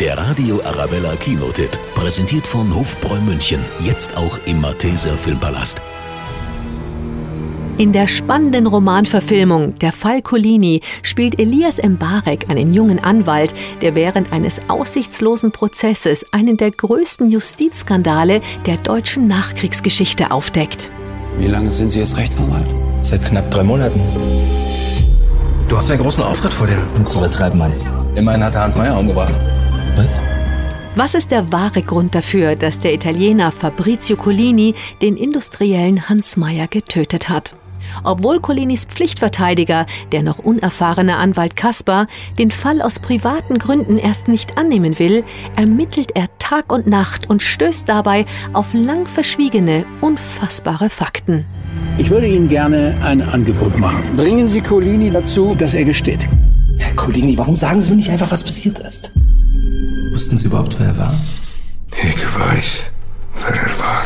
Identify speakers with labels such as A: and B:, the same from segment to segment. A: Der Radio Arabella Kinotipp. Präsentiert von Hofbräu München. Jetzt auch im Malteser Filmpalast.
B: In der spannenden Romanverfilmung Der Fall Colini spielt Elias Mbarek einen jungen Anwalt, der während eines aussichtslosen Prozesses einen der größten Justizskandale der deutschen Nachkriegsgeschichte aufdeckt.
C: Wie lange sind Sie jetzt Rechtsanwalt?
D: Seit knapp drei Monaten.
E: Du hast einen großen Auftritt vor dir.
D: Jetzt übertreiben wir nicht.
E: Immerhin hat er Hans Meyer umgebracht.
D: Was?
B: Was ist der wahre Grund dafür, dass der Italiener Fabrizio Collini den industriellen Hans Meyer getötet hat? Obwohl Collinis Pflichtverteidiger, der noch unerfahrene Anwalt Kaspar, den Fall aus privaten Gründen erst nicht annehmen will, ermittelt er Tag und Nacht und stößt dabei auf lang verschwiegene, unfassbare Fakten.
F: Ich würde Ihnen gerne ein Angebot machen.
C: Bringen Sie Colini dazu,
F: Dass er gesteht.
D: Herr Colini, warum sagen Sie mir nicht einfach, was passiert ist? Wussten Sie überhaupt, wer er war?
G: Ich weiß, wer er war.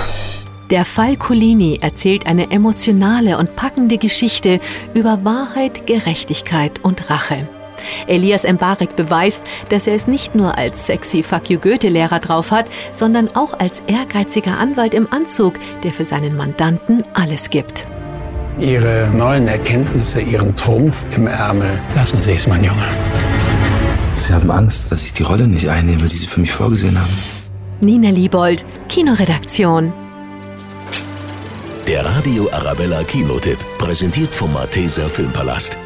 B: Der Fall Colini erzählt eine emotionale und packende Geschichte über Wahrheit, Gerechtigkeit und Rache. Elias Mbarek beweist, dass er es nicht nur als sexy Fuck you Goethe-Lehrer drauf hat, sondern auch als ehrgeiziger Anwalt im Anzug, der für seinen Mandanten alles gibt.
F: Ihre neuen Erkenntnisse, Ihren Trumpf im Ärmel. Lassen Sie es, mein Junge.
D: Sie haben Angst, dass ich die Rolle nicht einnehme, die Sie für mich vorgesehen haben.
B: Nina Liebold, Kinoredaktion.
A: Der Radio Arabella Kinotipp. Präsentiert vom Malteser Filmpalast.